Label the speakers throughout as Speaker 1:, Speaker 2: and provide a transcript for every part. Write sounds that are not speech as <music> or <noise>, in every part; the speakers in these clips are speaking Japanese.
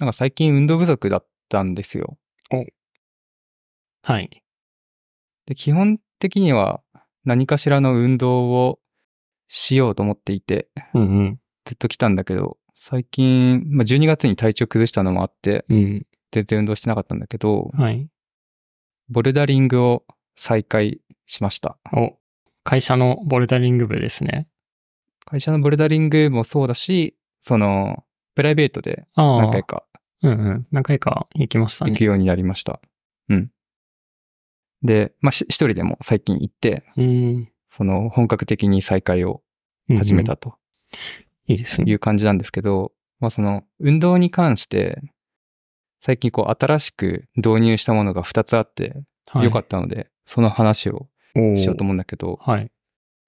Speaker 1: なんか最近運動不足だったんですよ。
Speaker 2: はい。
Speaker 1: で、基本的には何かしらの運動をしようと思っていて、
Speaker 2: うん
Speaker 1: ずっと来たんだけど、最近、まあ、12月に体調崩したのもあって、
Speaker 2: うん。うん。
Speaker 1: 全然運動してなかったんだけど、
Speaker 2: はい。
Speaker 1: ボルダリングを再開しました。
Speaker 2: お、会社のボルダリング部ですね。
Speaker 1: 会社のボルダリングもそうだし、その、プライベートで
Speaker 2: ああ。
Speaker 1: 何回か
Speaker 2: うんうん。何回か行きましたね。
Speaker 1: 行くようになりました。うん。で、まあ、し一人でも最近行って、
Speaker 2: うん。
Speaker 1: その、本格的に再開を始めたと
Speaker 2: うんうん。いいです
Speaker 1: い
Speaker 2: ね。
Speaker 1: う感じなんですけど、まあその、運動に関して、最近こう新しく導入したものが2つあって、
Speaker 2: はい、
Speaker 1: 良かったので、その話を
Speaker 2: た
Speaker 1: しようと思うんだけど、
Speaker 2: はい。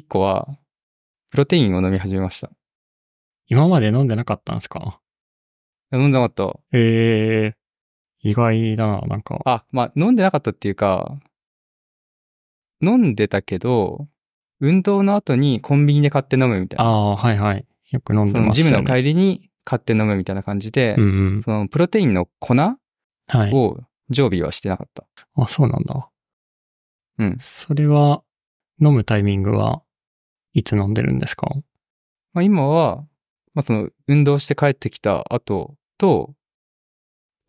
Speaker 1: 1個は、プロテインを飲み始めました。
Speaker 2: 今まで飲んでなかったんですか
Speaker 1: 飲んでなかった。
Speaker 2: ええ意外だな、なんか。
Speaker 1: あ、まあ飲んでなかったっていうか、飲んでたけど、運動の後にコンビニで買って飲むみたい
Speaker 2: あ
Speaker 1: な。
Speaker 2: あ、はいはい。よく飲ん
Speaker 1: そ
Speaker 2: で
Speaker 1: の
Speaker 2: ま
Speaker 1: ジ
Speaker 2: す
Speaker 1: ム
Speaker 2: よ
Speaker 1: の
Speaker 2: ね。
Speaker 1: 帰りに買って飲むみたいな感じで、
Speaker 2: うんうん。
Speaker 1: そのプロテインの粉
Speaker 2: はい。
Speaker 1: を常備はしてなかった。
Speaker 2: あ、そうなんだ。
Speaker 1: うん。
Speaker 2: それは、飲むタイミングはいつ飲んでるんですか
Speaker 1: まあ、今は、まあ、その運動して帰ってきた後と、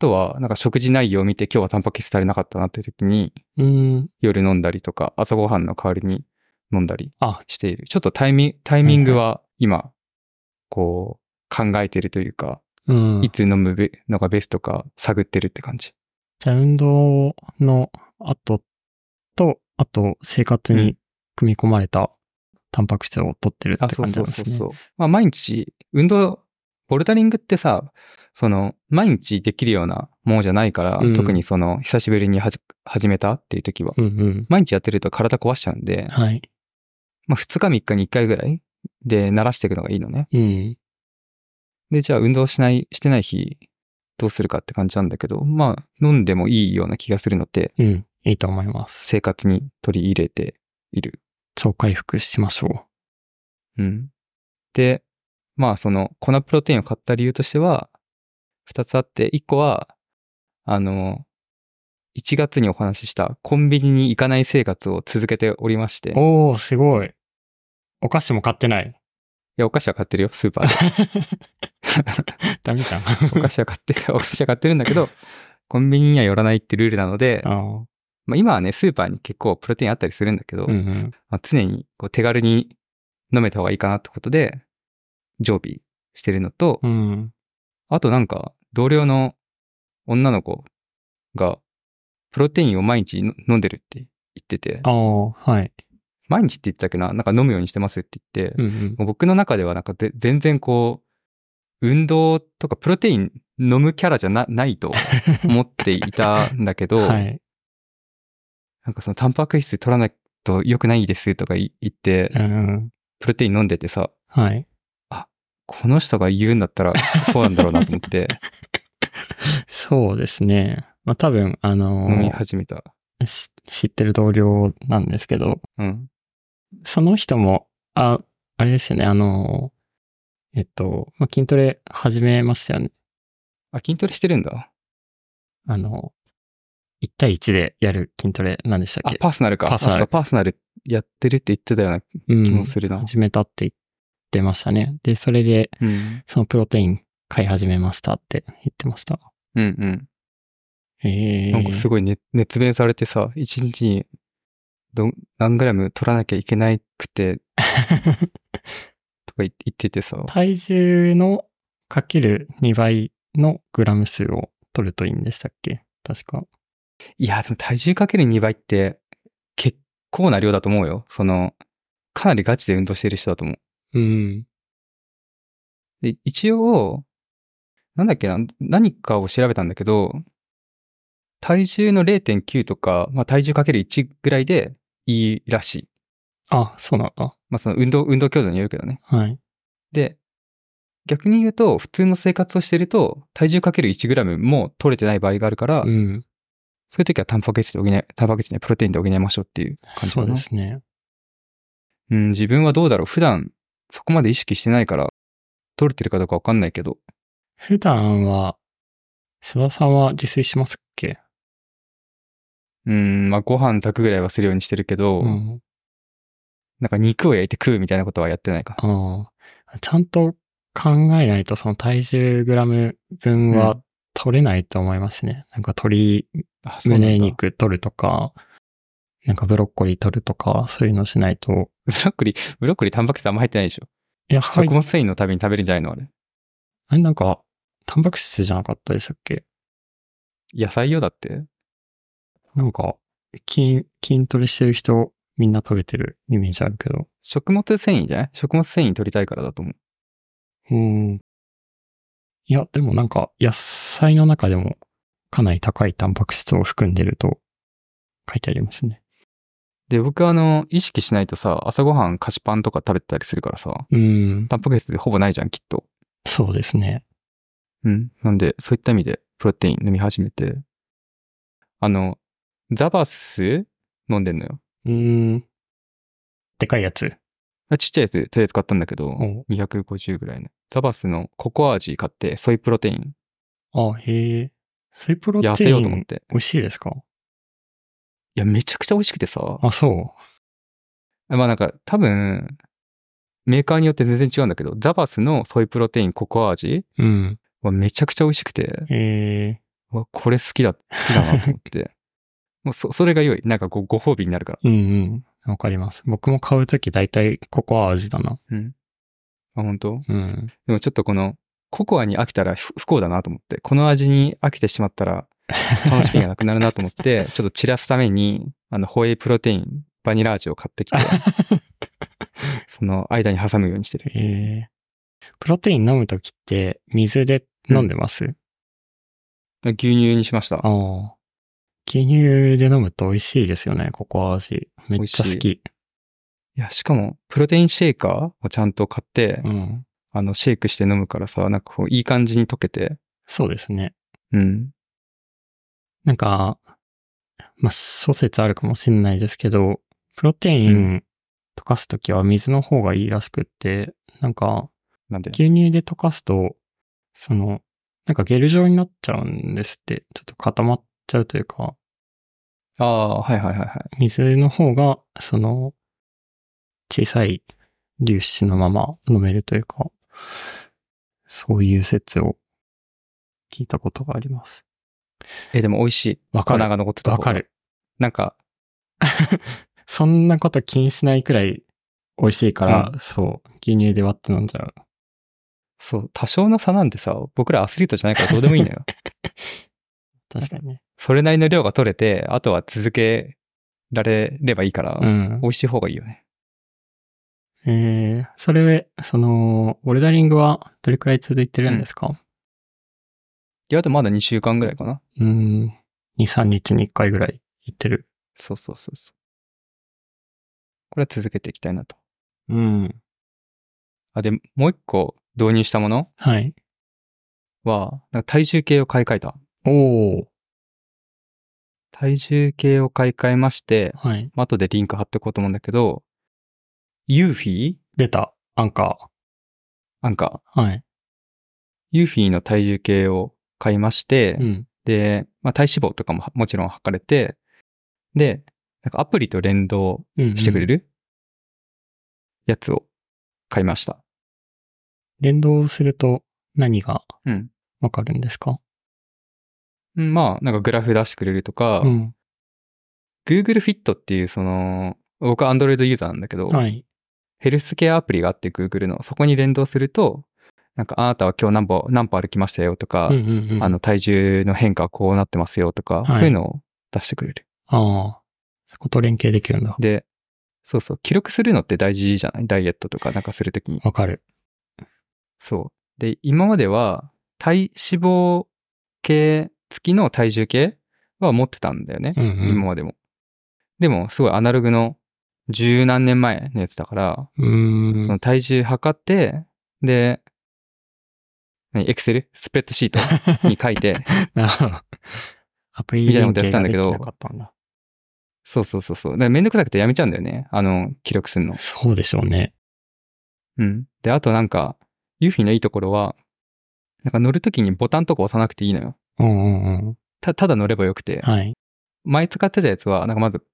Speaker 1: あとはなんか食事内容を見て今日はタンパク質足りなかったなっていう時に
Speaker 2: うん。
Speaker 1: 夜飲んだりとか朝ごはんの代わりに飲んだり
Speaker 2: あ、
Speaker 1: している。ちょっとタイミタイミングは今、こう考えてるというか、
Speaker 2: うん。
Speaker 1: いつ飲むべのがベストか探ってるって感じ。
Speaker 2: じゃあ運動の後と、あと生活に組み込まれたタンパク質を取ってるっ
Speaker 1: あ、
Speaker 2: て
Speaker 1: そ
Speaker 2: 感
Speaker 1: う
Speaker 2: じ
Speaker 1: そ
Speaker 2: な
Speaker 1: う
Speaker 2: んです
Speaker 1: そ
Speaker 2: ね
Speaker 1: う。そう。まあ毎日運動、ボルダリングってさ、その毎日できるようなものじゃないから、
Speaker 2: うん
Speaker 1: 特にその久しぶりにはじ始めたっていう時は、
Speaker 2: うんうん。
Speaker 1: 毎日やってると体壊しちゃうんで、
Speaker 2: はい。
Speaker 1: まあ2日3日に1回ぐらいで慣らしていくのがいいのね。
Speaker 2: うん。
Speaker 1: で、じゃあ運動しない、してない日、どうするかって感じなんだけど、まあ飲んでもいいような気がするので、
Speaker 2: うん。いいと思います。
Speaker 1: 生活に取り入れている。
Speaker 2: 超回復しましょ
Speaker 1: うん。で、まあその粉プロテインを買った理由としては、2つあって、1個は、あの、1月にお話ししたコンビニに行かない生活を続けておりまして、
Speaker 2: う。
Speaker 1: い
Speaker 2: おー、すごい。お菓子も買ってない。 <laughs>
Speaker 1: や、お菓子は買ってるよ、スーパーで。
Speaker 2: ダメじゃん。
Speaker 1: お菓子は買って、お菓子は買ってるんだけど、 <laughs> コンビニには寄らないってルールなので、
Speaker 2: あー
Speaker 1: まあ、今はね、スーパーに結構プロテインあったりするんだけど、
Speaker 2: うんうん。
Speaker 1: まあ、常にこう手軽に飲めた方がいいかなってことで、常備してるのと、
Speaker 2: うん。
Speaker 1: あとなんか、同僚の女の子が、プロテインを毎日の飲んでるって言ってて
Speaker 2: あ、ー、はい。
Speaker 1: 毎日って言ってたっけな、なんか飲むようにしてますって言って、
Speaker 2: うんうん。
Speaker 1: もう僕の中ではなんかで全然こう、運動とかプロテイン飲むキャラじゃなないと思っていたんだけど、
Speaker 2: <laughs> はい。
Speaker 1: なんかそのタンパク質取らないと良くないですとかい言って
Speaker 2: う、んうん。
Speaker 1: プロテイン飲んでてさ、
Speaker 2: はい。
Speaker 1: この人が言うんだったらそうなんだろうなと思
Speaker 2: <laughs>
Speaker 1: って
Speaker 2: そうですね。まあ、多分、あのー
Speaker 1: 飲み始めた。
Speaker 2: し知ってる同僚なんですけど、
Speaker 1: うん。
Speaker 2: その人も、あ、あれですよね、あの、えっと、まあ、筋トレ始めましたよね。
Speaker 1: あ、筋トレしてるんだ。
Speaker 2: あの、1対1でやる筋トレなんでした
Speaker 1: あ
Speaker 2: っけ、
Speaker 1: パーソナルか。
Speaker 2: パーソナル
Speaker 1: あそうかパーソナルやってるって言ってたような
Speaker 2: う
Speaker 1: 気
Speaker 2: ん
Speaker 1: も、するな。
Speaker 2: 始めたって言ってましたね。で、それで、
Speaker 1: うん。
Speaker 2: そのプロテイン買い始めましたって言ってました。
Speaker 1: うんうん。
Speaker 2: ええ
Speaker 1: なんかすごい、ね、熱弁されてさ、一日にどん何グラム取らなきゃいけなくて、とか言言っててさ。
Speaker 2: <laughs> 体重のかける2倍のグラム数を取るといいんでしたっけ確か。
Speaker 1: いや、でも体重かける2倍って結構な量だと思うよ。その、かなりガチで運動してる人だと思う。
Speaker 2: うん。
Speaker 1: で、一応、なんだっけな、何かを調べたんだけど、体重の0.9とか、まあ、体重かける1ぐらいでいいらしい。
Speaker 2: あ、そうなんだ。
Speaker 1: まあ、その運動、運動強度によるけどね。
Speaker 2: はい。
Speaker 1: で、逆に言うと、普通の生活をしてると、体重かける1グラムも取れてない場合があるから、
Speaker 2: うん。
Speaker 1: そういう時はタンパク質で補い、タンパク質にはプロテインで補いましょうっていう感じか
Speaker 2: そ
Speaker 1: な。
Speaker 2: うですね。
Speaker 1: うん、自分はどうだろう。普段、そこまで意識してないから、取れてるかどうかわかんないけど、
Speaker 2: 普段は、柴田さんは自炊しますっけ
Speaker 1: うん、まあご飯炊くぐらいはするようにしてるけど、
Speaker 2: うん。
Speaker 1: なんか肉を焼いて食うみたいなことはやってないか。
Speaker 2: ああ。ちゃんと考えないと、その体重グラム分
Speaker 1: う
Speaker 2: は取れないと思いますね。なんか鶏
Speaker 1: あ、そうなんだ
Speaker 2: 胸。肉取るとか、なんかブロッコリー取るとか、そういうのしないと。
Speaker 1: <laughs> ブロッコリー、ブロッコリータンパク質あんま入ってないでしょ。
Speaker 2: いや、は
Speaker 1: 食
Speaker 2: い。
Speaker 1: 物繊維のために食べるんじゃないのあれ。
Speaker 2: あれなんか、タンパク質じゃなかったでしたっけ
Speaker 1: 野菜よだって。
Speaker 2: なんか、筋、筋トレしてる人、みんな食べてるイメージあるけど。
Speaker 1: 食物繊維じゃない食物繊維取りたいからだと思う。
Speaker 2: うん。いや、でもなんか、野菜の中でも、かなり高いタンパク質を含んでると、書いてありますね。
Speaker 1: で、僕あの、意識しないとさ、朝ごはん菓子パンとか食べてたりするからさ、
Speaker 2: うん。
Speaker 1: タンパク質でほぼないじゃん、きっと。
Speaker 2: そうですね。
Speaker 1: うん。なんで、そういった意味で、プロテイン飲み始めて、あの、ザバス飲んでんのよ。
Speaker 2: うん。でかいやつ。
Speaker 1: あちっちゃいやつ、とりあえず買ったんだけど、
Speaker 2: お
Speaker 1: 250ぐらいね。ザバスのココア味買って、ソイプロテイン。
Speaker 2: あ、へえ。ソイプロテイン。
Speaker 1: 痩せようと思って。
Speaker 2: 美味しいですか
Speaker 1: いや、めちゃくちゃ美味しくてさ。
Speaker 2: あ、そ
Speaker 1: まあなんか、多分、メーカーによって全然違うんだけど、ザバスのソイプロテインココア味
Speaker 2: う。うん。
Speaker 1: はめちゃくちゃ美味しくて、
Speaker 2: へえ。
Speaker 1: うわ、これ好きだ、好きだなと思
Speaker 2: <laughs>
Speaker 1: って。もうそ、それが良い。なんかご、ご褒美になるから。
Speaker 2: うんうん。わかります。僕も買うとき大体ココア味だな。
Speaker 1: うん。あ、本当
Speaker 2: うん。
Speaker 1: でもちょっとこの、ココアに飽きたら不不幸だなと思って、この味に飽きてしまったら、楽しみがなくなるなと思っ
Speaker 2: <laughs>
Speaker 1: て、ちょっと散らすために、あの、ホエイプロテイン、バニラ味を買
Speaker 2: <laughs>
Speaker 1: ってきて、その間に挟むようにしてる。
Speaker 2: えー、プロテイン飲むときって水で飲んでます、
Speaker 1: 牛乳にしました。
Speaker 2: ああ。牛乳で飲むと美味しいですよね、ココア味。めっちゃ好き。
Speaker 1: いや、しかも、プロテインシェイカーをちゃんと買って、
Speaker 2: うん。
Speaker 1: あの、シェイクして飲むからさ、なんかこう、いい感じに溶けて、
Speaker 2: そうですね。
Speaker 1: うん。
Speaker 2: なんか、まあ、諸説あるかもしれないですけど、プロテイ
Speaker 1: う
Speaker 2: ン溶かすときは水の方がいいらしくって、なんか、
Speaker 1: なんで、
Speaker 2: 牛乳で溶かすと、その、なんかゲル状になっちゃうんですって、ちょっと固まっちゃうというか、
Speaker 1: ああ、はいはいはいはい。
Speaker 2: 水の方が、その、小さい粒子のまま飲めるというか、そういう説を聞いたことがあります。
Speaker 1: え、でも美味しい。
Speaker 2: わか
Speaker 1: 粉
Speaker 2: る。
Speaker 1: が残ってた。
Speaker 2: わか。る。
Speaker 1: なんか、
Speaker 2: そんなこと気にしないくらい美味しいから、そう、牛乳で割って飲んじゃう。
Speaker 1: そう、多少の差なんてさ、僕らアスリートじゃないからどうでもいいのよ。
Speaker 2: 確かにね。
Speaker 1: <laughs> それなりの量が取れて、あとは続けられればいいから、
Speaker 2: うん
Speaker 1: 美。味しい方がいいよね。
Speaker 2: えー、それ、その、ボルダリングはどれくらい続いてるんですか
Speaker 1: いや、あとまだ2週間ぐらいかな。
Speaker 2: うん、ん2、3日に1回ぐらい行ってる。
Speaker 1: そうそうそうそう。これは続けていきたいなと。
Speaker 2: うん。
Speaker 1: あ、で、もう一個導入したもの
Speaker 2: はい。
Speaker 1: は、なんか体重計を買い替えた。
Speaker 2: おー。
Speaker 1: 体重計を買い替えまして、
Speaker 2: はい。
Speaker 1: まあ後でリンク貼っておこうと思うんだけど、ユーフィー
Speaker 2: 出た、アンカ
Speaker 1: なんか、
Speaker 2: ー。はい。
Speaker 1: ユーフィーの体重計を買いまして、
Speaker 2: うん。
Speaker 1: で、まあ、体脂肪とかもはもちろん測れて、で、なんかアプリと連動
Speaker 2: うん
Speaker 1: してくれ
Speaker 2: る
Speaker 1: るやつを買いました。
Speaker 2: 連動すると何が
Speaker 1: うん。
Speaker 2: わかるんですか
Speaker 1: うんまあ、なんかグラフ出してくれるとか、
Speaker 2: ん。
Speaker 1: Google Fit っていうその、僕は Android ユーザーなんだけど、
Speaker 2: はい。
Speaker 1: ヘルスケアアプリがあって Google の、そこに連動すると、なんかあなたは今日何歩、何歩歩きましたよとか、
Speaker 2: うんうんうん。
Speaker 1: あの体重の変化はこうなってますよとか、
Speaker 2: はい
Speaker 1: そういうのを出してくれる。
Speaker 2: ああ。そこと連携できるんだ。
Speaker 1: で、そうそう、記録するのって大事じゃないダイエットとかなんかするときに。
Speaker 2: わかる。
Speaker 1: そう。で、今までは体脂肪計付きの体重計は持ってたんだよね。
Speaker 2: うん
Speaker 1: 今までも。でも、すごいアナログの十何年前のやつだから、
Speaker 2: うん。うー
Speaker 1: そ
Speaker 2: ん。
Speaker 1: の体重測って、で、エクセルスプレッドシートに書い
Speaker 2: <laughs>
Speaker 1: て、
Speaker 2: なるほど。アプリ
Speaker 1: みたいな
Speaker 2: 連
Speaker 1: ことやって
Speaker 2: 携
Speaker 1: たんだ
Speaker 2: がで
Speaker 1: け
Speaker 2: き
Speaker 1: ど
Speaker 2: なかったんだ。
Speaker 1: そうそうそうそう。だからめんどくさくてやめちゃうんだよね。あの、記録するの。
Speaker 2: そうでしょうね。
Speaker 1: うん。で、あとなんか、ユーフィーのいいところは、なんか乗るときにボタンとか押さなくていいのよ。
Speaker 2: うんうんうん。
Speaker 1: た、ただ乗ればよくて、
Speaker 2: はい。
Speaker 1: 前使ってたやつは、なんかまず、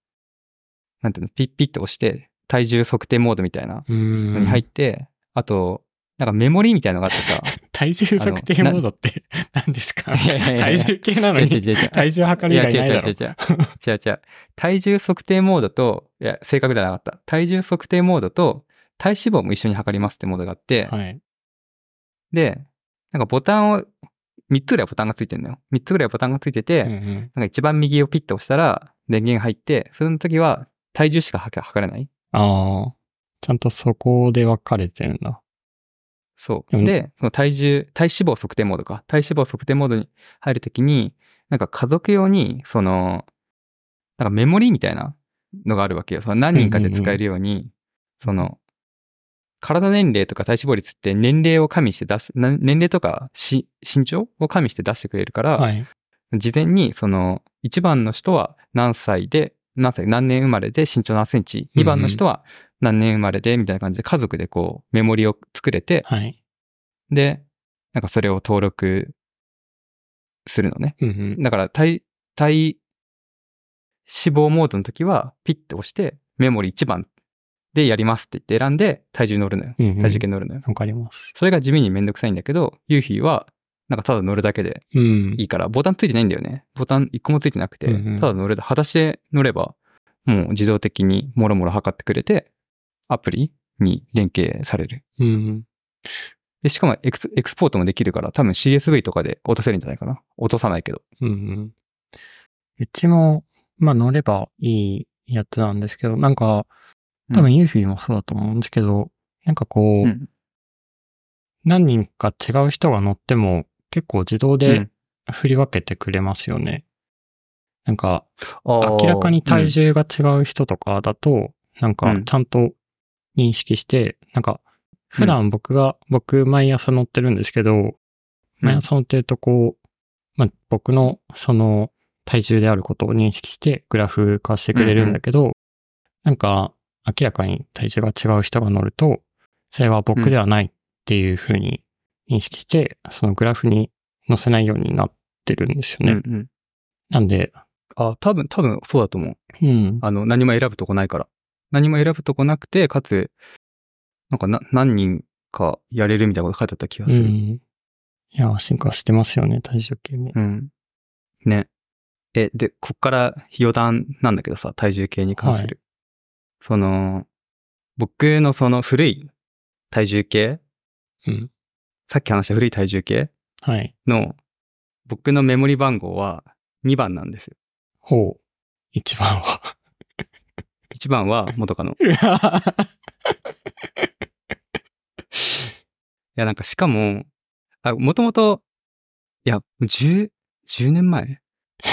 Speaker 1: なんていうの、ピッピッと押して、体重測定モードみたいな
Speaker 2: うーん。
Speaker 1: のに入って、あと、なんかメモリーみたいなのがあって
Speaker 2: <laughs>
Speaker 1: さ、
Speaker 2: 体重測定モードって <laughs> 何ですか
Speaker 1: いやいやいや
Speaker 2: 体重計なの
Speaker 1: 違う違う
Speaker 2: に
Speaker 1: 違う違う
Speaker 2: 体重測り以外ないだろ
Speaker 1: い。や、違う違う違う違う。違う違う。体重測定モードと、いや、正確ではなかった。体重測定モードと、体脂肪も一緒に測りますってモードがあって、
Speaker 2: はい。
Speaker 1: で、なんかボタンを、3つぐらいボタンがついてるのよ。3つぐらいボタンがついてて、
Speaker 2: うんう
Speaker 1: なん
Speaker 2: ん
Speaker 1: か一番右をピッと押したら、電源入って、その時は体重しか測測れない。
Speaker 2: ああ。ちゃんとそこで分かれてるんだ。
Speaker 1: そう。
Speaker 2: うん
Speaker 1: で、その体重、体脂肪測定モードか。体脂肪測定モードに入るときに、なんか家族用に、その、なんかメモリーみたいなのがあるわけよ。その何人かで使えるように、その、体年齢とか体脂肪率って年齢を加味して出す、な年齢とかし身長を加味して出してくれるから、
Speaker 2: はい。
Speaker 1: 事前にその1番の人は何歳で何歳何年生まれで身長何センチ2番の人は何年生まれでみたいな感じで家族でこうメモリを作れて
Speaker 2: はい。
Speaker 1: でなんかそれを登録するのね
Speaker 2: うんうん。
Speaker 1: だから体体脂肪モードの時はピッて押してメモリ1番でやりますって言って選んで体重乗るのよ
Speaker 2: うんうん
Speaker 1: 体重計乗るのよ
Speaker 2: わかります。
Speaker 1: それが地味にめんどくさいんだけどユーヒーはなんかただ乗るだけで
Speaker 2: うん
Speaker 1: い。いから、ボタンついてないんだよね。ボタン一個もついてなくて、
Speaker 2: うんうん
Speaker 1: ただ乗れた、裸足で乗れば、もう自動的にもろもろ測ってくれて、アプリに連携される。
Speaker 2: うん。
Speaker 1: で、しかもエクスエクスポートもできるから、多分 CSV とかで落とせるんじゃないかな。落とさないけど。
Speaker 2: うんうん。うちも、まあ乗ればいいやつなんですけど、なんか、多分ユーフィーもそうだと思うんですけど、なんかこう、
Speaker 1: うん
Speaker 2: 何人か違う人が乗っても結構自動
Speaker 1: う
Speaker 2: で
Speaker 1: ん
Speaker 2: 振り分けてくれますよね。なんか、
Speaker 1: 明
Speaker 2: 明らかに体重が違う人とかだと、なん
Speaker 1: う
Speaker 2: か
Speaker 1: ん
Speaker 2: ちゃんと認識して、なんか普段僕が、僕毎朝乗ってるんですけど、毎朝乗ってるとこう、まあ、僕のその体重であることを認識してグラフ化してくれるんだけど、なんか明らかに体重が違う人が乗ると、それは僕ではないっていうふうに認識して、そのグラフに載せないようになってるんですよ
Speaker 1: うん
Speaker 2: ね。
Speaker 1: うんうん
Speaker 2: なんで、
Speaker 1: あ、多分、多分そうだと思う。
Speaker 2: うん。
Speaker 1: あの、何も選ぶとこないから。何も選ぶとこなくて、かつ、なんかな何人かやれるみたいなこと書いてあった気が
Speaker 2: う
Speaker 1: する。
Speaker 2: ん。いや、進化してますよね、体重計も。
Speaker 1: うん。ね。え、で、こっから余談なんだけどさ、体重計に関する。その、僕のその古い体重計、
Speaker 2: うん。
Speaker 1: さっき話した古い体重計
Speaker 2: はい。
Speaker 1: の、僕のメモリ番号は2番なんですよ。
Speaker 2: ほう。一番
Speaker 1: <laughs>
Speaker 2: は。
Speaker 1: 1番は元カノ。いう
Speaker 2: わ
Speaker 1: や、なんかしかも、あ、もともと、いや、10、10年前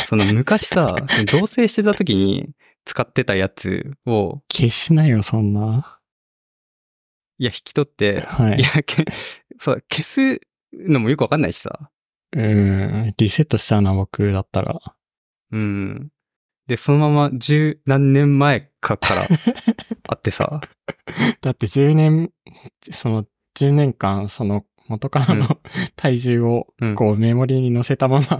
Speaker 1: その昔
Speaker 2: <laughs>
Speaker 1: さ、同棲してた時に使ってたやつを、
Speaker 2: 消しないよ、そんな。
Speaker 1: いや、引き取って、
Speaker 2: はいい。
Speaker 1: や、け、そう、消すのもよくわかんないしさ。
Speaker 2: うん。リセットしちゃうな、僕だっ
Speaker 1: <laughs>
Speaker 2: たら。
Speaker 1: うん。で、そのまま十何年前か
Speaker 2: <laughs>
Speaker 1: からあってさ。
Speaker 2: だって10年、その10年間、その元から
Speaker 1: うん
Speaker 2: の体重を
Speaker 1: うん、
Speaker 2: こうメモリーに載せたま <laughs> ま、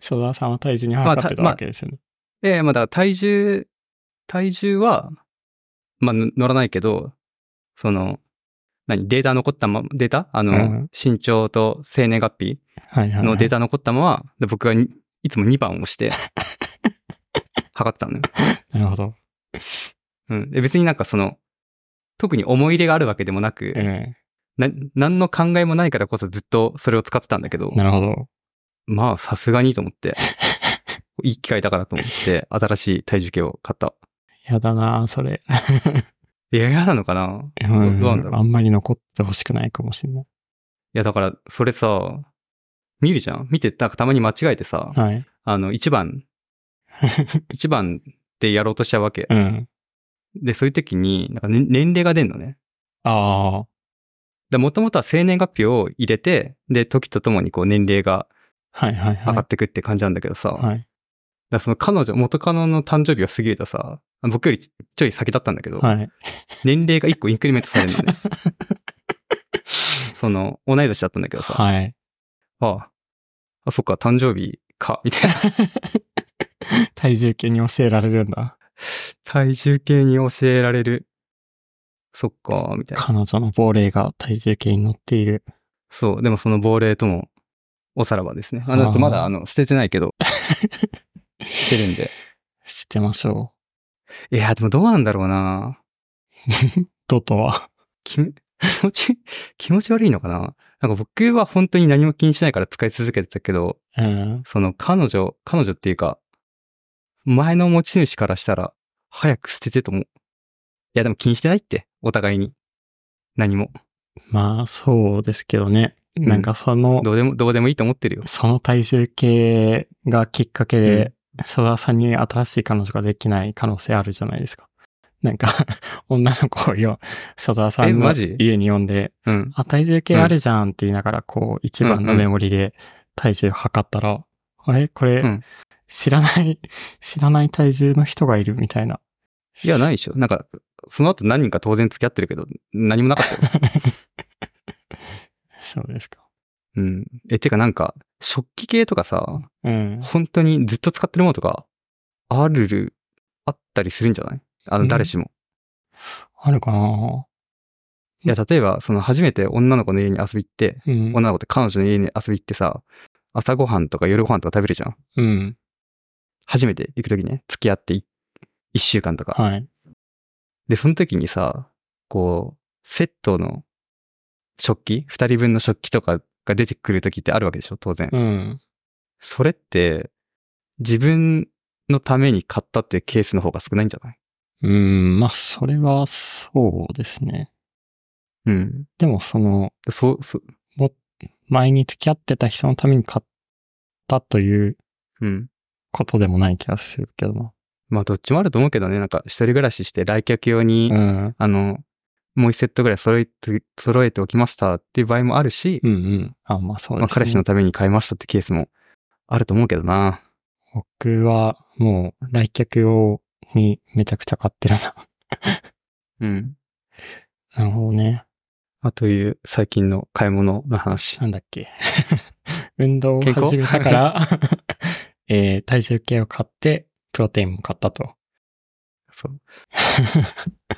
Speaker 2: 正田さんは体重に測ってた
Speaker 1: まあた
Speaker 2: わけですよね。
Speaker 1: で、まあだから体重、体重は、まあの乗らないけど、その、何データ残ったまま、データあの、
Speaker 2: うん
Speaker 1: 身長と生年月日
Speaker 2: はいはいはい。
Speaker 1: のデータ残ったまま、で僕がにいつも2番を押して、測ってたのよ。
Speaker 2: なるほど。
Speaker 1: うん。で、別になんかその、特に思い入れがあるわけでもなく、
Speaker 2: え
Speaker 1: な、何の考えもないからこそずっとそれを使ってたんだけど
Speaker 2: え、なるほど。
Speaker 1: まあさすがにと思っ
Speaker 2: <laughs>
Speaker 1: て、いい機会だからと思って、新しい体重計を買った。
Speaker 2: やだなそれ。
Speaker 1: いや、嫌なのかな
Speaker 2: う
Speaker 1: どうなんだろう
Speaker 2: あんまり残ってほしくないかもしれない。
Speaker 1: いや、だから、それさ、見るじゃん見て、なんかたまに間違えてさ、
Speaker 2: はい。
Speaker 1: あの、1番、1番でやろうとしちゃうわけ
Speaker 2: う。ん。
Speaker 1: で、そういう時に、なんか、ね年齢が出んのね。
Speaker 2: ああ。
Speaker 1: で、もともとは生年月日を入れて、で、時とともにこう年齢が
Speaker 2: はいはい
Speaker 1: 上が
Speaker 2: は
Speaker 1: ってくって感じなんだけどさ、
Speaker 2: い。はい。
Speaker 1: だからその彼女、元カノの誕生日を過ぎるとさ、僕よりちょい先だったんだけど、
Speaker 2: はい。
Speaker 1: 年齢が1個インクリメントされるの
Speaker 2: <laughs>
Speaker 1: ね。その、同い年だったんだけどさ、
Speaker 2: はい。
Speaker 1: ああ、あそっか、誕生日か、みたいな。
Speaker 2: <laughs> 体重計に教えられるんだ。
Speaker 1: 体重計に教えられる。そっか、みたいな。
Speaker 2: 彼女の亡霊が体重計に乗っている。
Speaker 1: そう、でもその亡霊とも、おさらばですね。あ、だってまだ、
Speaker 2: あー
Speaker 1: あの、捨ててないけ
Speaker 2: <laughs>
Speaker 1: ど、捨てるんで。
Speaker 2: 捨てましょ
Speaker 1: いや、でもどうなんだろうな
Speaker 2: う。ドとは。
Speaker 1: 気持 <laughs> 気持ち、気持ち悪いのかななんか僕は本当に何も気にしないから使い続けてたけど、
Speaker 2: うん。
Speaker 1: その彼女、彼女っていうか、前の持ち主からしたら、早く捨ててとも。いや、でも気にしてないって、お互いに。何も。
Speaker 2: まあ、そうですけどね。なんかその、
Speaker 1: どうでも、どうでもいいと思ってるよ。
Speaker 2: その体重計がきっかけで、佐沢さんに新しい彼女ができない可能性あるじゃないですか。なんか、 <laughs> 女の子をよ、佐沢さ
Speaker 1: え
Speaker 2: んの
Speaker 1: マジ
Speaker 2: 家に呼んで、
Speaker 1: うん。
Speaker 2: あ、体重計あるじゃんって言いながら、こう、一番のメモリで体重測ったら、あれこれ、
Speaker 1: うん
Speaker 2: 知らない、知らない体重の人がいるみたいな。
Speaker 1: いや、ないで
Speaker 2: い。
Speaker 1: しょ。なんか、その後何人か当然付き合ってるけど、何もなかっ
Speaker 2: <laughs>
Speaker 1: たよ。
Speaker 2: そうですか。
Speaker 1: うん。え、てかなんか、食器系とかさ、
Speaker 2: うん。
Speaker 1: 本当にずっと使ってるものとか、ある、あったりするんじゃないあ
Speaker 2: う
Speaker 1: の、
Speaker 2: ん
Speaker 1: 誰しも。
Speaker 2: あるかない
Speaker 1: や、例えば、その、初めて女の子の家に遊び行って、
Speaker 2: うん。
Speaker 1: 女の子って彼女の家に遊び行ってさ、朝ごはんとか夜ご飯とか食べるじゃん。
Speaker 2: うん。
Speaker 1: 初めて行くときね、付き合ってい一週間とか。
Speaker 2: はい。
Speaker 1: で、その時にさ、こう、セットの食器二人分の食器とかが出てくるときってあるわけでしょ当然。
Speaker 2: うん。
Speaker 1: それって、自分のために買ったっていうケースの方が少ないんじゃない
Speaker 2: うん。まあ、それは、そうですね。
Speaker 1: うん。
Speaker 2: でもその、
Speaker 1: そう、そう、
Speaker 2: 前に付き合ってた人のために買ったという
Speaker 1: うん。
Speaker 2: ことでもない気がするけどな。
Speaker 1: まあ、どっちもあると思うけどね、なんか、一人暮らしして来客用に、
Speaker 2: うん。
Speaker 1: あの、もう一セットぐらい揃えて、揃えておきましたっていう場合もあるし、
Speaker 2: うんうん。あ、まあそうです、ね。
Speaker 1: まあ、彼氏の。ために買いましたってケースもあると思うけどな。
Speaker 2: 僕はもう来客用にめちゃくちゃ買ってるな。 <laughs>
Speaker 1: うん。
Speaker 2: なるほどね。
Speaker 1: あという、最近の買い物の話。
Speaker 2: なんだっけ。 <laughs> 運動を
Speaker 1: 健康
Speaker 2: 始めたから、
Speaker 1: <laughs>
Speaker 2: えー、体重計を買って、プロテインも買ったと。
Speaker 1: そう。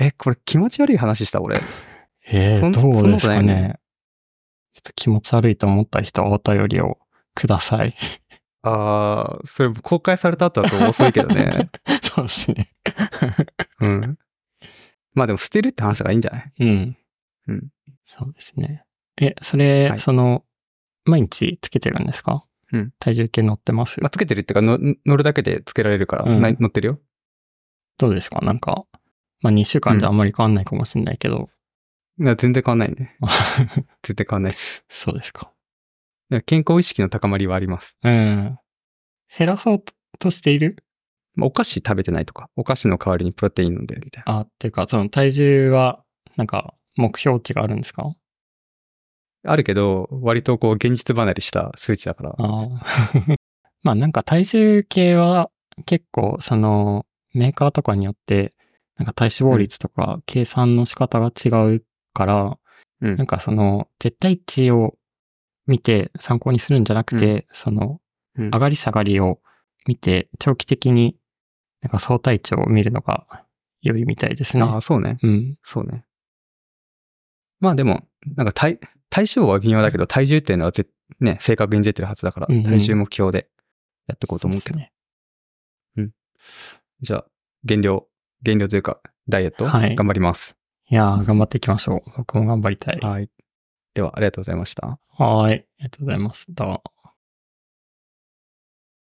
Speaker 1: え、これ気持ち悪い話した俺。
Speaker 2: え
Speaker 1: そ
Speaker 2: ー、
Speaker 1: ん
Speaker 2: どうですか
Speaker 1: そんなことないよ
Speaker 2: ね。ちょっと気持ち悪いと思った人はお便りをください。 <laughs>
Speaker 1: あー、それ公開された後だと遅いけどね。
Speaker 2: <laughs> そうですね。
Speaker 1: うん。まあでも捨てるって話だからいいんじゃない
Speaker 2: うん。
Speaker 1: うん。
Speaker 2: そうですね。え、それ、
Speaker 1: はい
Speaker 2: その、毎日つけてるんですか
Speaker 1: うん。
Speaker 2: 体重計乗ってます、
Speaker 1: まあ、つけてるっていうかの、乗るだけでつけられるから、
Speaker 2: うん
Speaker 1: な乗ってるよ。
Speaker 2: どうですかなんか、まあ2週間じゃあんまり変わんないかもしれないけど、 <laughs>
Speaker 1: いや全然変わんないね。全然変わんないです。
Speaker 2: そうですか。
Speaker 1: いや健康意識の高まりはあります。
Speaker 2: うん。減らそうととしている
Speaker 1: まあ、お菓子食べてないとか、お菓子の代わりにプロテイン飲んでるみたいな。
Speaker 2: あ、っていうか、その体重は、なんか、目標値があるんですか
Speaker 1: あるけど、割とこう、現実離れした数値だから。
Speaker 2: あー <laughs> まあなんか体重計は結構そのメーカーとかによってなんか体脂肪率とか計算の仕方が違うから、
Speaker 1: うん
Speaker 2: なんかその絶対値を見て参考にするんじゃなくて、
Speaker 1: う
Speaker 2: その
Speaker 1: うん
Speaker 2: 上がり下がりを見て長期的になんか相対値を見るのが良いみたいですね
Speaker 1: あ。あ、そうね。
Speaker 2: うん。
Speaker 1: そうね。まあでも、なんか体、体脂肪は微妙だけど、体重っていうのはぜね、正確に出てるはずだから、
Speaker 2: うんうん
Speaker 1: 体重目標でやっていこうと思うけ
Speaker 2: そ
Speaker 1: ど。
Speaker 2: うですね
Speaker 1: じゃあ、減量、減量というか、ダイエット、
Speaker 2: はい
Speaker 1: 頑張ります。
Speaker 2: いやー、頑張っていきましょう。僕も頑張りたい。は
Speaker 1: はい。では、ありがとうございました。
Speaker 2: ーい。ありがとうございました。